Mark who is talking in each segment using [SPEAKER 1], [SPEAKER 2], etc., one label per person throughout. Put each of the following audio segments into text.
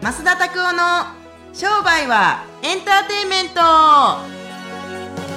[SPEAKER 1] 増田拓夫の商売はエンターテインメント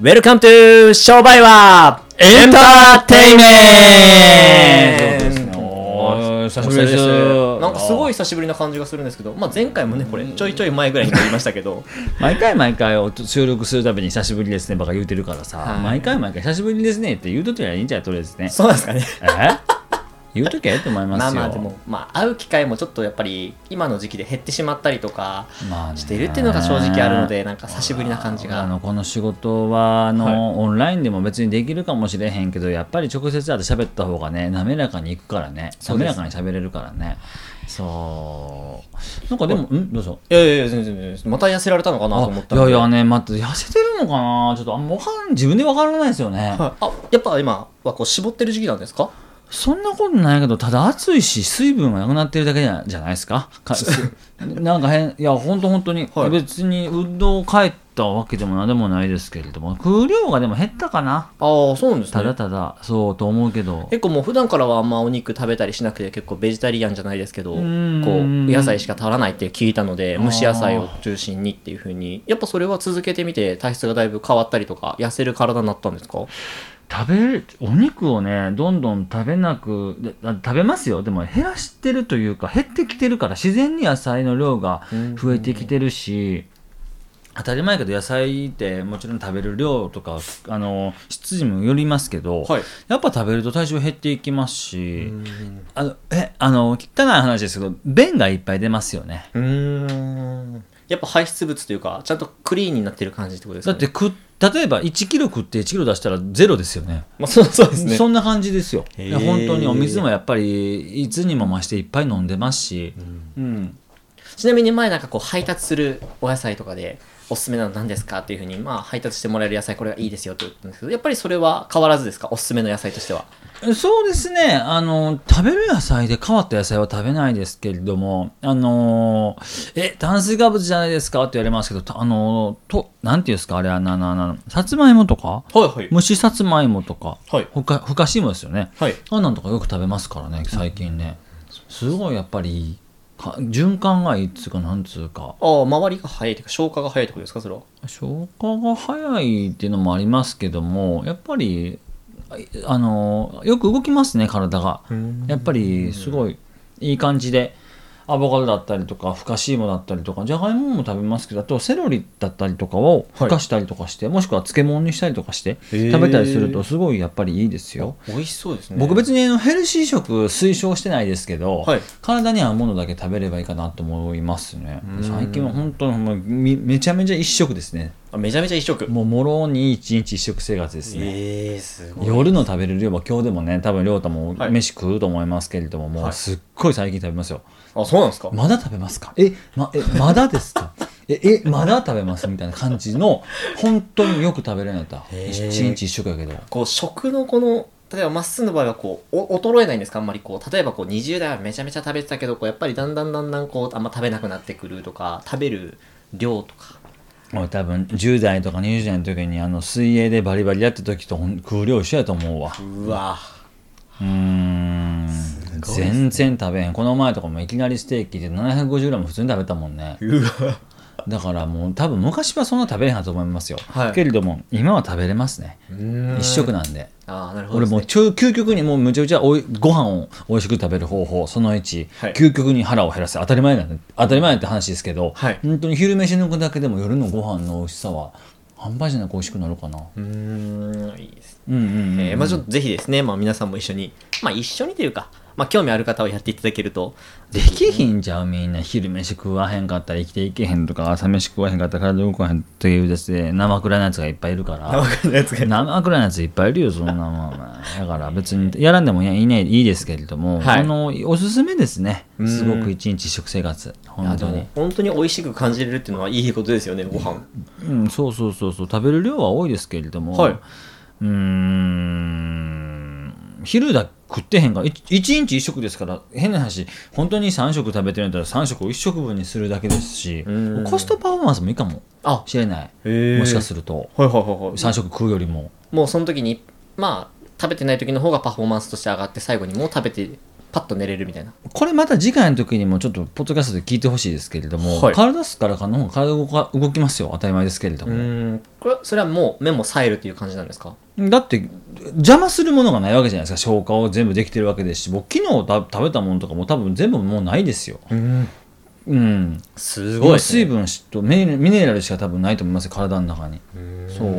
[SPEAKER 2] ウェルカムトゥ商売はエンターテイメントお久しぶりです
[SPEAKER 3] なんかすごい久しぶりな感じがするんですけど、まあ、前回もねこれちょいちょい前ぐらいになりましたけど
[SPEAKER 2] 毎回毎回お収録するたびに久しぶりですねばか言うてるからさ、
[SPEAKER 3] はい
[SPEAKER 2] 毎回毎回久しぶりですねって言うときはいいんじゃないとりあえずね
[SPEAKER 3] そうなんですかね
[SPEAKER 2] え言うときゃええと思いますよ
[SPEAKER 3] ま あまあでも、まあ、会う機会もちょっとやっぱり今の時期で減ってしまったりとか
[SPEAKER 2] まあね
[SPEAKER 3] しているっていうのが正直あるのでなんか久しぶりな感じ
[SPEAKER 2] あ
[SPEAKER 3] が
[SPEAKER 2] のこの仕事はあの、
[SPEAKER 3] はい
[SPEAKER 2] オンラインでも別にできるかもしれへんけどやっぱり直接会って喋った方がね滑らかにいくからね
[SPEAKER 3] そう
[SPEAKER 2] 滑
[SPEAKER 3] で
[SPEAKER 2] ら
[SPEAKER 3] す
[SPEAKER 2] かに喋れるからねそうなんかでもんどうぞ
[SPEAKER 3] いやいやいや全然全然また痩せられたのかなと思った
[SPEAKER 2] い
[SPEAKER 3] ん
[SPEAKER 2] や
[SPEAKER 3] で
[SPEAKER 2] いやねまた痩せてるのかなちょっとあんまわかん自分でわからないですよね、
[SPEAKER 3] はいあやっぱ今はこう絞ってる時期なんですか
[SPEAKER 2] そんなことないけどただ暑いし水分がなくなってるだけじゃじゃないですかか なんか変いや本当本当に、
[SPEAKER 3] はい
[SPEAKER 2] 別に運動帰ったわけでも何でもないですけれども空量がでも減ったかな
[SPEAKER 3] ああそうなんです
[SPEAKER 2] ただ
[SPEAKER 3] ね
[SPEAKER 2] ただそうと思うけど
[SPEAKER 3] 結構もう普段からはあんまお肉食べたりしなくて結構ベジタリアンじゃないですけど
[SPEAKER 2] う
[SPEAKER 3] こう
[SPEAKER 2] ーん
[SPEAKER 3] 野菜しか足らないって聞いたので
[SPEAKER 2] あー
[SPEAKER 3] 蒸し野菜を中心にっていうふうにやっぱそれは続けてみて体質がだいぶ変わったりとか痩せる体になったんですか
[SPEAKER 2] 食べるお肉をねどんどん食べなくであ食べますよでも減らしてるというか減ってきてるから自然に野菜の量が増えてきてるし、当たり前やけど野菜ってもちろん食べる量とかあの質にもよりますけど、
[SPEAKER 3] はい
[SPEAKER 2] やっぱ食べると体重減っていきますし、あのえあの汚い話ですけど便がいっぱい出ますよね。
[SPEAKER 3] うーんやっぱ排出物というかちゃんとクリーンになってる感じってことです
[SPEAKER 2] だ
[SPEAKER 3] か、
[SPEAKER 2] っ
[SPEAKER 3] ね、
[SPEAKER 2] てく例えば1キロ食って1キロ出したらゼロですよね。
[SPEAKER 3] まあ、そうそうですね
[SPEAKER 2] そんな感じですよ。
[SPEAKER 3] へー
[SPEAKER 2] 本当にお水もやっぱりいつにも増していっぱい飲んでますし、うん
[SPEAKER 3] ちなみに前なんかこう配達するお野菜とかでおすすめなの何ですかっていうふうにまあ配達してもらえる野菜これがいいですよって言ったんですけどやっぱりそれは変わらずですかおすすめの野菜としては
[SPEAKER 2] そうですねあの食べる野菜で変わった野菜は食べないですけれどもあのえ炭水化物じゃないですかって言われますけどたあのとなんていうんですかあれはなななさつまいもとか
[SPEAKER 3] はいはい
[SPEAKER 2] 蒸しさつまいもとか、
[SPEAKER 3] はい
[SPEAKER 2] ほかふかしいもですよね、
[SPEAKER 3] はい
[SPEAKER 2] あんなんとかよく食べますからね最近ね、すごいやっぱりか循環がいいっつうかなんつうか
[SPEAKER 3] ああ周りが早いというか消化が早いってことですかそれは
[SPEAKER 2] 消化が早いっていうのもありますけどもやっぱりああのよく動きますね体がやっぱりすごいいい感じでアボカドだったりとかふかしいもだったりとかじゃがいもも食べますけどあとセロリだったりとかを
[SPEAKER 3] はい
[SPEAKER 2] ふかしたりとかして、もしくは漬物にしたりとかして
[SPEAKER 3] へー
[SPEAKER 2] 食べたりするとすごいやっぱりいいですよ。
[SPEAKER 3] 美味しそうですね
[SPEAKER 2] 僕別にあのヘルシー食推奨してないですけど、
[SPEAKER 3] はい
[SPEAKER 2] 体に合うものだけ食べればいいかなと思いますね
[SPEAKER 3] うん
[SPEAKER 2] 最近は本当にもうみめちゃめちゃ一食ですね
[SPEAKER 3] あめちゃめちゃ一食
[SPEAKER 2] もうもろに一日一食生活ですね、
[SPEAKER 3] ええすごい
[SPEAKER 2] 夜の食べれる量は今日でもね多分亮太も
[SPEAKER 3] はい
[SPEAKER 2] 飯食うと思いますけれども、も
[SPEAKER 3] は
[SPEAKER 2] う
[SPEAKER 3] い
[SPEAKER 2] すっごい最近食べますよ、
[SPEAKER 3] あそうなんですか、
[SPEAKER 2] まだ食べますかえまえまだですか ええまだ食べますみたいな感じの本当によく食べれるんやった
[SPEAKER 3] へー
[SPEAKER 2] 一日一食やけど
[SPEAKER 3] こう食のこの例えばまっすーの場合はこうお衰えないんですかあんまりこう例えばこう20代はめちゃめちゃ食べてたけどこうやっぱりだんだんだんだんこうあんま食べなくなってくるとか食べる量とか
[SPEAKER 2] 俺多分10代とか20代の時にあの水泳でバリバリやった時とほん食う量一緒やと思うわ
[SPEAKER 3] うわ
[SPEAKER 2] うーん
[SPEAKER 3] ごいですね
[SPEAKER 2] 全然食べへんこの前とかもいきなりステーキで 750g 普通に食べたもんね
[SPEAKER 3] うわ
[SPEAKER 2] だからもう多分昔はそんな食べれへんかったと思いますよ、
[SPEAKER 3] はい
[SPEAKER 2] けれども今は食べれますね一
[SPEAKER 3] 一
[SPEAKER 2] 食なんで
[SPEAKER 3] ああなるほど
[SPEAKER 2] 俺
[SPEAKER 3] ですね、
[SPEAKER 2] もうちょ究極にもうむちゃくちゃおいご飯を美味しく食べる方法その1、
[SPEAKER 3] はい
[SPEAKER 2] 究極に腹を減らせ当たり前なんで当たり前って話ですけど、
[SPEAKER 3] はい
[SPEAKER 2] 本当に昼飯抜くだけでも夜のご飯の美味しさは半端じゃなく美味しくなるかな
[SPEAKER 3] うーんいいです
[SPEAKER 2] うんうんうん、
[SPEAKER 3] ね、えーまあちょっとぜひですね、まあ、皆さんも一緒にまあ一緒にというかまあ興味ある方はやっていただけると
[SPEAKER 2] できひんじゃうみんな昼飯食わへんかったら生きていけへんとか朝飯食わへんかったら体動かへんっていうですね生暗いやつがいっぱいいるから
[SPEAKER 3] かんないや つ
[SPEAKER 2] 生暗いやついっぱいいるよそんなもんお前だから別にやらんでもいやいい,、ね、いいですけれども、
[SPEAKER 3] はい
[SPEAKER 2] あのおすすめですね
[SPEAKER 3] うん
[SPEAKER 2] すごく一日食生活本当に、
[SPEAKER 3] 本当に美味しく感じれるっていうのはいいことですよねご飯
[SPEAKER 2] うん、そうそうそうそう食べる量は多いですけれども、
[SPEAKER 3] はいう
[SPEAKER 2] ーん昼だ食ってへんからい一日一食ですから変な話本当に3食食べてるんだったら3食を1食分にするだけですし
[SPEAKER 3] うん
[SPEAKER 2] コストパフォーマンスもいいかも
[SPEAKER 3] あ
[SPEAKER 2] しれない
[SPEAKER 3] へー
[SPEAKER 2] もしかすると
[SPEAKER 3] はいはいはいはい
[SPEAKER 2] 3食食うよりも
[SPEAKER 3] もうその時にまあ食べてない時の方がパフォーマンスとして上がって最後にもう食べてパッと寝れるみたいな
[SPEAKER 2] これまた次回の時にもちょっとポッドキャストで聞いてほしいですけれども、
[SPEAKER 3] はい
[SPEAKER 2] 体出すからかの方が体動か動きますよ当たり前ですけれど
[SPEAKER 3] う
[SPEAKER 2] も、
[SPEAKER 3] んこれはそれはもう目も冴えるっていう感じなんですか
[SPEAKER 2] だって邪魔するものがないわけじゃないですか消化を全部できてるわけですし僕昨日た食べたものとかも多分全部もうないですよ
[SPEAKER 3] うん
[SPEAKER 2] うん
[SPEAKER 3] す
[SPEAKER 2] す
[SPEAKER 3] ごいですね
[SPEAKER 2] 水分とミネミネラルしか多分ないと思いますよ体の中に
[SPEAKER 3] うん
[SPEAKER 2] そう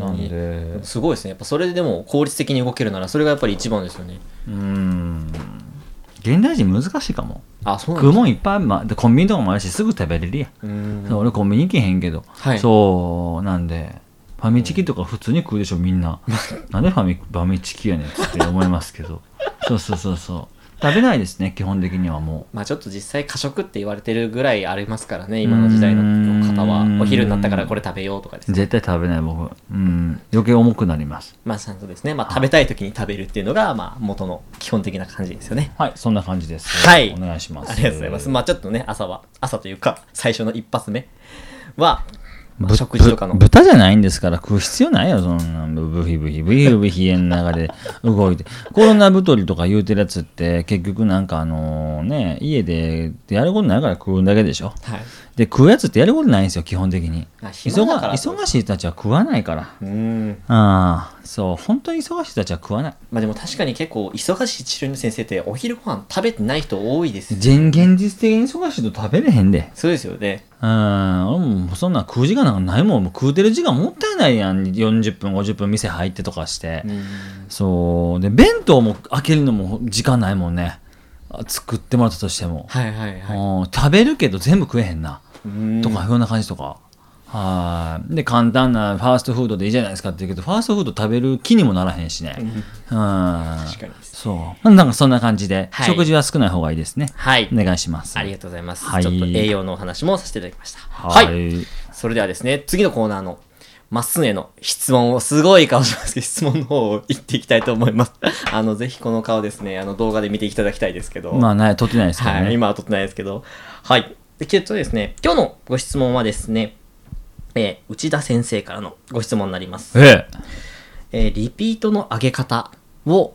[SPEAKER 2] なんです
[SPEAKER 3] ごいですねやっぱそれでも効率的に動けるならそれがやっぱり一番ですよね
[SPEAKER 2] うん現代人難しいかも
[SPEAKER 3] あそう
[SPEAKER 2] 食うもんいっぱいある、ま、でコンビニとかもあるしすぐ食べれるやん、
[SPEAKER 3] うん
[SPEAKER 2] そう俺コンビニ行けへんけど、
[SPEAKER 3] はい
[SPEAKER 2] そうなんでファミチキとか普通に食うでしょみんな なんでファミファミチキやねんって思いますけ どそうそうそうそう食べないですね基本的にはも
[SPEAKER 3] まあちょっと実際過食って言われてるぐらいありますからね今の時代の方は
[SPEAKER 2] うん
[SPEAKER 3] お昼になったからこれ食べようとかです
[SPEAKER 2] う
[SPEAKER 3] ね
[SPEAKER 2] 絶対食べない僕うん余計重くなります
[SPEAKER 3] まあちゃんとですね、まあ、食べたい時に食べるっていうのがまあ元の基本的な感じですよね
[SPEAKER 2] はいそんな感じです
[SPEAKER 3] はい
[SPEAKER 2] お願いします
[SPEAKER 3] ありがとうございますまあちょっとね朝は朝というか最初の一発目はまあ
[SPEAKER 2] ぶ
[SPEAKER 3] 食事とかの
[SPEAKER 2] ぶ豚じゃないんですから食う必要ないよそんなブブヒブヒブヒブヒ家の中で 動いてコロナ太りとか言うてるやつって結局なんかあのね家でやることないから食うだけでしょ
[SPEAKER 3] はい
[SPEAKER 2] で食うやつってやることないんですよ基本的に
[SPEAKER 3] あ
[SPEAKER 2] 忙
[SPEAKER 3] 暇だから
[SPEAKER 2] 忙しい人たちは食わないから
[SPEAKER 3] うん
[SPEAKER 2] ああそう本当に忙しい人たちは食わない
[SPEAKER 3] まあでも確かに結構忙しい治療の先生ってお昼ご飯食べてない人多いですよね
[SPEAKER 2] 全現実的に忙しいと食べれへんで
[SPEAKER 3] そうですよね
[SPEAKER 2] うん俺もそんな食う時間なんかないもんもう食うてる時間もったいないやん40分50分店入ってとかして、そうで弁当も開けるのも時間ないもんねあ作ってもらったとしても、
[SPEAKER 3] はいはいはい
[SPEAKER 2] うん食べるけど全部食えへんな
[SPEAKER 3] うん
[SPEAKER 2] とかそんな感じとかはいで簡単なファーストフードでいいじゃないですかって言うけどファーストフード食べる気にもならへんしねうん
[SPEAKER 3] 確かにです
[SPEAKER 2] そうなんかそんな感じで、
[SPEAKER 3] はい
[SPEAKER 2] 食事は少ない方がいいですね
[SPEAKER 3] はい
[SPEAKER 2] お願いします
[SPEAKER 3] ありがとうございます、
[SPEAKER 2] はい
[SPEAKER 3] ちょっと栄養のお話もさせていただきましたは、
[SPEAKER 2] はいい、
[SPEAKER 3] それではですね次のコーナーのまっすんへの質問をすごい顔しますけど質問の方を言っていきたいと思います あのぜひこの顔ですねあの動画で見ていただきたいですけど
[SPEAKER 2] まあない取ってないですからね、
[SPEAKER 3] はい、今は撮ってないですけど。はい。で、きっとですね、今日のご質問はですね、えー内田先生からのご質問になります。
[SPEAKER 2] ええ
[SPEAKER 3] えーリピートの上げ方を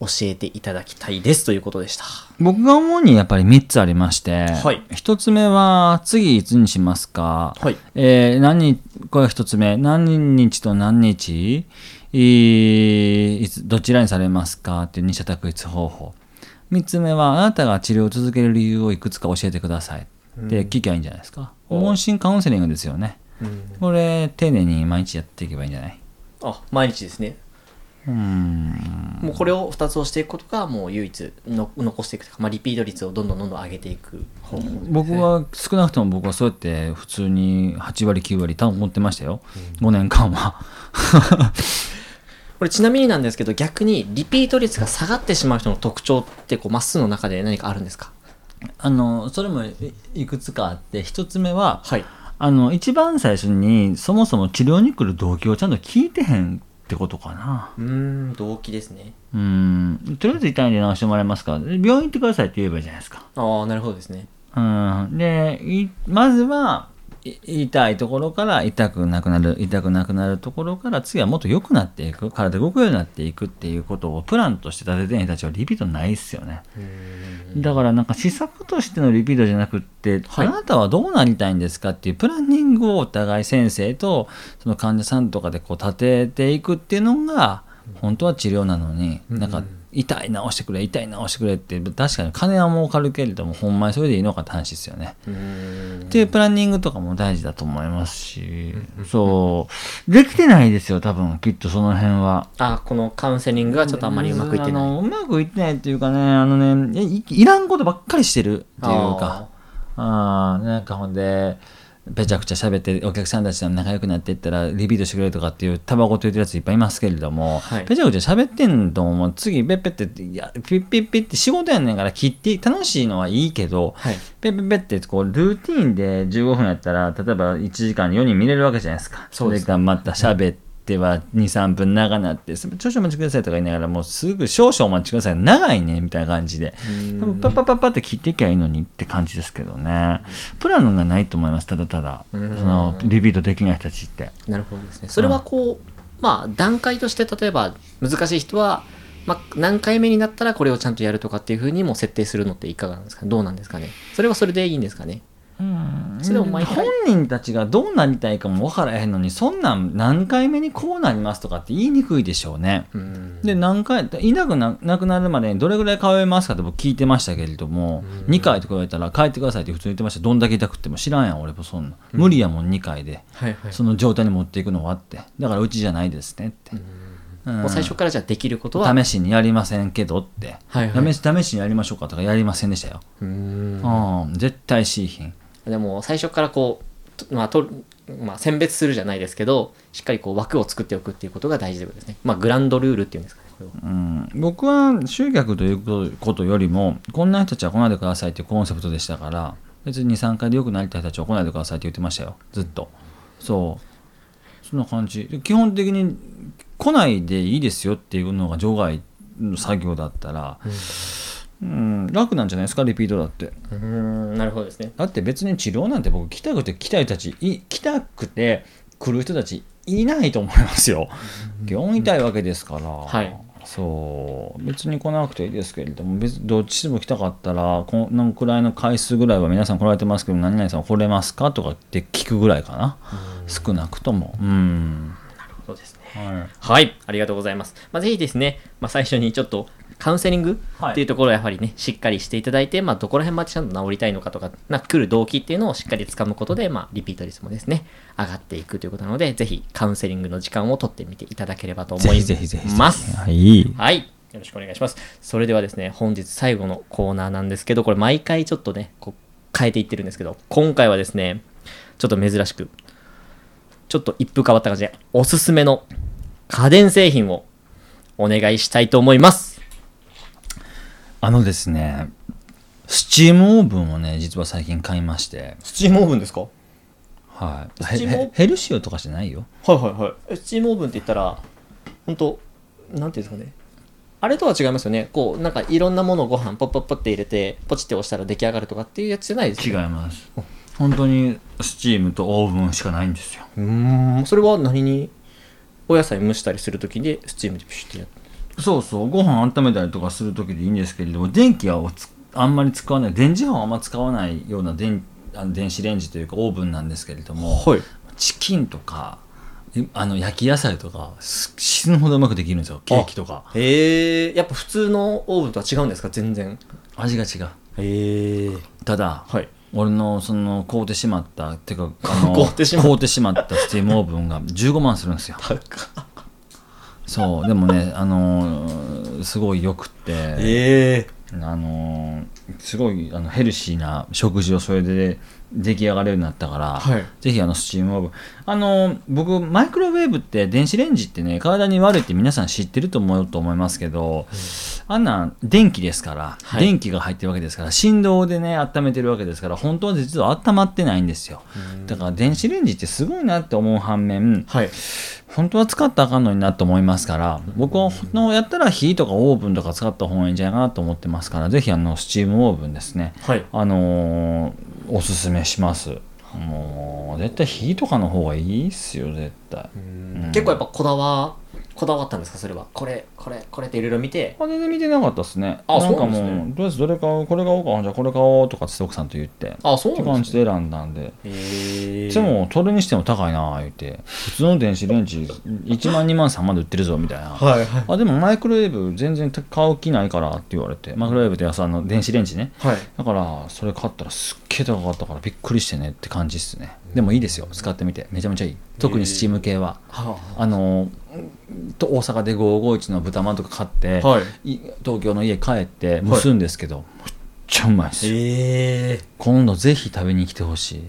[SPEAKER 3] 教えていただきたいですということでした。
[SPEAKER 2] 僕が思うにやっぱり3つありまして、
[SPEAKER 3] はい
[SPEAKER 2] 1つ目は次いつにしますか、
[SPEAKER 3] はい
[SPEAKER 2] えー何日これ1つ目何日と何日えーいつどちらにされますかっていう二者択一方法3つ目はあなたが治療を続ける理由をいくつか教えてくださいで聞きゃいいんじゃないですか問診カウンセリングですよねこれ丁寧に毎日やっていけばいいんじゃない
[SPEAKER 3] あ、毎日ですね。もうこれを2つをしていくことが、もう唯一の残していくというか、まあ、リピート率をどんどんどんどん上げていく方法ですね、
[SPEAKER 2] 僕は少なくとも僕はそうやって普通に8割9割多分持ってましたよ、5年間は
[SPEAKER 3] これちなみになんですけど、逆にリピート率が下がってしまう人の特徴って、こう、まっすーの中で何かあるんですか
[SPEAKER 2] あのそれもいいくつかあって一つ目は、
[SPEAKER 3] はい。
[SPEAKER 2] あの一番最初にそもそも治療に来る動機をちゃんと聞いてへんってことかな
[SPEAKER 3] うーん、動機ですね。
[SPEAKER 2] うんとりあえず痛いんで治してもらえますかで病院行ってくださいって言えばいいじゃないですか
[SPEAKER 3] ああ、なるほどですね。
[SPEAKER 2] うんでいまずはい痛いところから痛くなくなる痛くなくなるところから次はもっと良くなっていく体動くようになっていくっていうことをプランとして立ててる人たちはリピートないっすよねだからなんか施策としてのリピートじゃなくって、
[SPEAKER 3] はい
[SPEAKER 2] あなたはどうなりたいんですかっていうプランニングをお互い先生とその患者さんとかでこう立てていくっていうのが本当は治療なのに、なんか痛い治してくれ痛い治してくれって確かに金は儲かるけれどもほんまにそれでいいのかって話ですよね。
[SPEAKER 3] うーん
[SPEAKER 2] っていうプランニングとかも大事だと思いますし、そうできてないですよ多分きっとその辺は。
[SPEAKER 3] あこのカウンセリングがちょっとあんまりうまくいって
[SPEAKER 2] あ
[SPEAKER 3] ない
[SPEAKER 2] のうまくいってないっていうかねあのねいいいらんことばっかりしてるっていうかあーなんかほんでぺちゃくちゃ喋ってお客さんたちと仲良くなっていったらリピートしてくれるとかっていうタバコと言ってるやついっぱいいますけれども、
[SPEAKER 3] はい
[SPEAKER 2] ぺちゃくちゃ喋ってんともう次ペッペっていやピッピッピッって仕事やねんから切って楽しいのはいいけど、
[SPEAKER 3] はい
[SPEAKER 2] ペッペッペッってこうルーティーンで15分やったら例えば1時間に4人見れるわけじゃないですか
[SPEAKER 3] そうですね
[SPEAKER 2] れがまた喋っては23分長なってす少々お待ちくださいとか言いながらもうすぐ少々お待ちください長いねみたいな感じで多分パッパッパッパッって切っていきゃいいのにって感じですけどねプランがないと思いますただただそのリピートできない人たちって
[SPEAKER 3] なるほどですねそれはこうまあ段階として例えば難しい人は、まあ、何回目になったらこれをちゃんとやるとかっていうふうにも設定するのっていかがなんですかどうなんですかねそれはそれでいいんですかね
[SPEAKER 2] うん
[SPEAKER 3] それを毎回
[SPEAKER 2] 本人たちがどうなりたいかも分からへんのにそんなん何回目にこうなりますとかって言いにくいでしょうね。
[SPEAKER 3] うん
[SPEAKER 2] で何回いなくななくなるまでにどれぐらい通えますかって僕聞いてましたけれども、2回とか言われたら帰ってくださいって普通に言ってましたどんだけ痛くっても知らんやん俺もそんな無理やもん2回で、
[SPEAKER 3] はいはい
[SPEAKER 2] その状態に持っていくのはってだからうちじゃないですねって、うん
[SPEAKER 3] もう最初からじゃあできることは
[SPEAKER 2] 試しにやりませんけどって、
[SPEAKER 3] はいはい
[SPEAKER 2] 試し試しにやりましょうかとかやりませんでしたよ、
[SPEAKER 3] うん
[SPEAKER 2] うん、絶対しいひん
[SPEAKER 3] でも最初からこうとまあとまあ、選別するじゃないですけどしっかりこう枠を作っておくっていうことが大事ということですね、まあ、グランドルールっていうんですかねこれを
[SPEAKER 2] うん僕は集客ということよりもこんな人たちは来ないでくださいっていうコンセプトでしたから別に23回で良くなりたい人たちは来ないでくださいって言ってましたよずっとそうそんな感じで基本的に来ないでいいですよっていうのが除外の作業だったら、うん、楽なんじゃないですかリピートだって
[SPEAKER 3] うーんなるほどですね
[SPEAKER 2] だって別に治療なんて僕来たくて来た人たちい来たくて来る人たちいないと思いますよ病院痛いわけですから、
[SPEAKER 3] い
[SPEAKER 2] そう別に来なくていいですけれども別にどっちでも来たかったらこのくらいの回数ぐらいは皆さん来られてますけど何々さん来れますかとかって聞くぐらいかな少なくともうん、
[SPEAKER 3] そうですね
[SPEAKER 2] は
[SPEAKER 3] はいありがとうございます、まあ、ぜひですね、まあ、最初にちょっとカウンセリング
[SPEAKER 2] はい
[SPEAKER 3] っていうところをやはりね、しっかりしていただいて、まあ、どこら辺までちゃんと治りたいのかとか、な来る動機っていうのをしっかりつかむことで、まあ、リピート率もですね、上がっていくということなので、ぜひカウンセリングの時間を取ってみていただければと
[SPEAKER 2] い
[SPEAKER 3] 思います。
[SPEAKER 2] ぜひぜひぜひぜひはい
[SPEAKER 3] はい。よろしくお願いします。それではですね、本日最後のコーナーなんですけど、これ毎回ちょっとね、こう変えていってるんですけど、今回はですね、ちょっと珍しく、ちょっと一風変わった感じで、おすすめの家電製品をお願いしたいと思います。
[SPEAKER 2] あのですねスチームオーブンをね実は最近買いまして
[SPEAKER 3] スチームオーブンですかは
[SPEAKER 2] はい
[SPEAKER 3] スチームオーブン
[SPEAKER 2] へへヘルシオとかじゃないよ
[SPEAKER 3] いはいはい。スチームオーブンって言ったら、本当なんていうんですかね。あれとは違いますよね。こう、なんかいろんなものをご飯ポッポッポって入れて、ポチって押したら出来上がるとかっていうやつじゃないです
[SPEAKER 2] 違います本当にスチームとオーブンしかないんですよ
[SPEAKER 3] うーんそれは何にお野菜蒸したりするときにスチームでピシュッてやる
[SPEAKER 2] そうそうご飯温めたりとかする時でいいんですけれども電気はおつあんまり使わない電磁波をあんま使わないような電あの電子レンジというかオーブンなんですけれども、
[SPEAKER 3] はい
[SPEAKER 2] チキンとかえあの焼き野菜とかす死ぬほどうまくできるんですよケーキとか
[SPEAKER 3] へえやっぱ普通のオーブンとは違うんですか全然
[SPEAKER 2] 味が違う
[SPEAKER 3] へえ
[SPEAKER 2] ただ、
[SPEAKER 3] はい
[SPEAKER 2] 俺のその凍ってしまったてかあ の
[SPEAKER 3] 凍ってしまった
[SPEAKER 2] 凍ってしまったスチームオーブンが15万するんですよそうでもねあのーすごいよくって、
[SPEAKER 3] え
[SPEAKER 2] あのーすごいあのヘルシーな食事をそれで出来上がるようになったから、
[SPEAKER 3] はい
[SPEAKER 2] ぜひあのスチームオーブンあのー僕マイクロウェーブって電子レンジってね体に悪いって皆さん知ってると思うと思いますけど、あんなん電気ですから、
[SPEAKER 3] はい
[SPEAKER 2] 電気が入ってるわけですから振動でね温めてるわけですから本当は実は温まってないんですよだから電子レンジってすごいなって思う反面
[SPEAKER 3] はい
[SPEAKER 2] 本当は使ったらあかんのになと思いますから僕は本当やったら火とかオーブンとか使った方がいいんじゃないかなと思ってますからぜひあのスチームオーブンですね
[SPEAKER 3] はい
[SPEAKER 2] あのーおすすめしますもう絶対火とかの方がいいっすよ絶対うん
[SPEAKER 3] 結構やっぱこだわこだわったんですかそれはこれこれこれっていろいろ見て
[SPEAKER 2] あ全然見てなかったっすね
[SPEAKER 3] あ
[SPEAKER 2] なん
[SPEAKER 3] そ
[SPEAKER 2] か
[SPEAKER 3] うなんですね
[SPEAKER 2] もうとりあえずどれ買うこれ買おうかじゃあこれ買おうとかって奥さんと言ってっ
[SPEAKER 3] あそ
[SPEAKER 2] て
[SPEAKER 3] うなん
[SPEAKER 2] 感
[SPEAKER 3] で
[SPEAKER 2] じ
[SPEAKER 3] すね
[SPEAKER 2] で選んだんで
[SPEAKER 3] へえ
[SPEAKER 2] でも取るにしても高いなあ言って普通の電子レンジ1万2万3万で売ってるぞみたいな
[SPEAKER 3] はいはい
[SPEAKER 2] あでもマイクロウェーブ全然買う気ないからって言われてマイクロウェーブってさあの電子レンジね
[SPEAKER 3] はい
[SPEAKER 2] だからそれ買ったらすっげえ高かったからびっくりしてねって感じっすねでもいいですよ使ってみてめちゃめちゃいい特にスチーム系は
[SPEAKER 3] は
[SPEAKER 2] あのうんと大阪で551の豚まんとか買って、、
[SPEAKER 3] はい
[SPEAKER 2] 東京の家帰って蒸すんですけど、めっちゃうまいっすよ
[SPEAKER 3] へえ
[SPEAKER 2] 今度ぜひ食べに来てほしい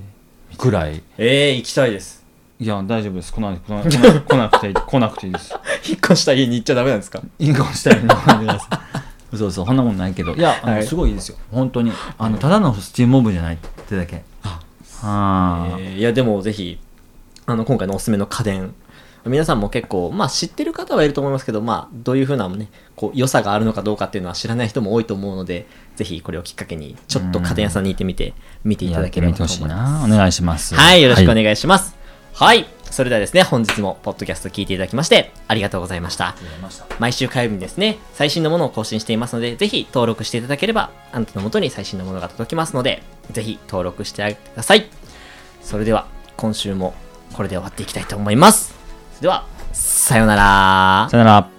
[SPEAKER 2] ぐらい
[SPEAKER 3] ええ行きたいです
[SPEAKER 2] いや大丈夫です来ない来ない来ない来なくていい来なくていいです
[SPEAKER 3] 引っ越した家に行っちゃダメなんですか
[SPEAKER 2] インコしたいな感じ です。そうそう、そんなもんないけど、いや、あの
[SPEAKER 3] はい
[SPEAKER 2] すごいいいですよ、本当に、あの、ただのスチームオーブンじゃないってだけ。あ
[SPEAKER 3] えーいやでもぜひあの今回のおすすめの家電皆さんも結構、まあ、知ってる方はいると思いますけど、まあ、どういうふうなねこう良さがあるのかどうかっていうのは知らない人も多いと思うのでぜひこれをきっかけにちょっと家電屋さんに行ってみて見て
[SPEAKER 2] ー
[SPEAKER 3] い
[SPEAKER 2] や
[SPEAKER 3] た
[SPEAKER 2] っ
[SPEAKER 3] だ
[SPEAKER 2] て
[SPEAKER 3] ければ
[SPEAKER 2] みて
[SPEAKER 3] と
[SPEAKER 2] ほ
[SPEAKER 3] 思
[SPEAKER 2] し
[SPEAKER 3] い
[SPEAKER 2] い
[SPEAKER 3] ます
[SPEAKER 2] な、お願いします。
[SPEAKER 3] はいよろしくお
[SPEAKER 2] い
[SPEAKER 3] 願いしますはい、それではですね、本日もポッドキャスト聞いていただきまして、ありがとうございました。
[SPEAKER 2] りがとうございました
[SPEAKER 3] 毎週火曜日にですね、最新のものを更新していますので、ぜひ登録していただければ、あなたの元に最新のものが届きますので、ぜひ登録してあげてください。それでは、今週もこれで終わっていきたいと思います。それでは、さようなら。
[SPEAKER 2] さよなら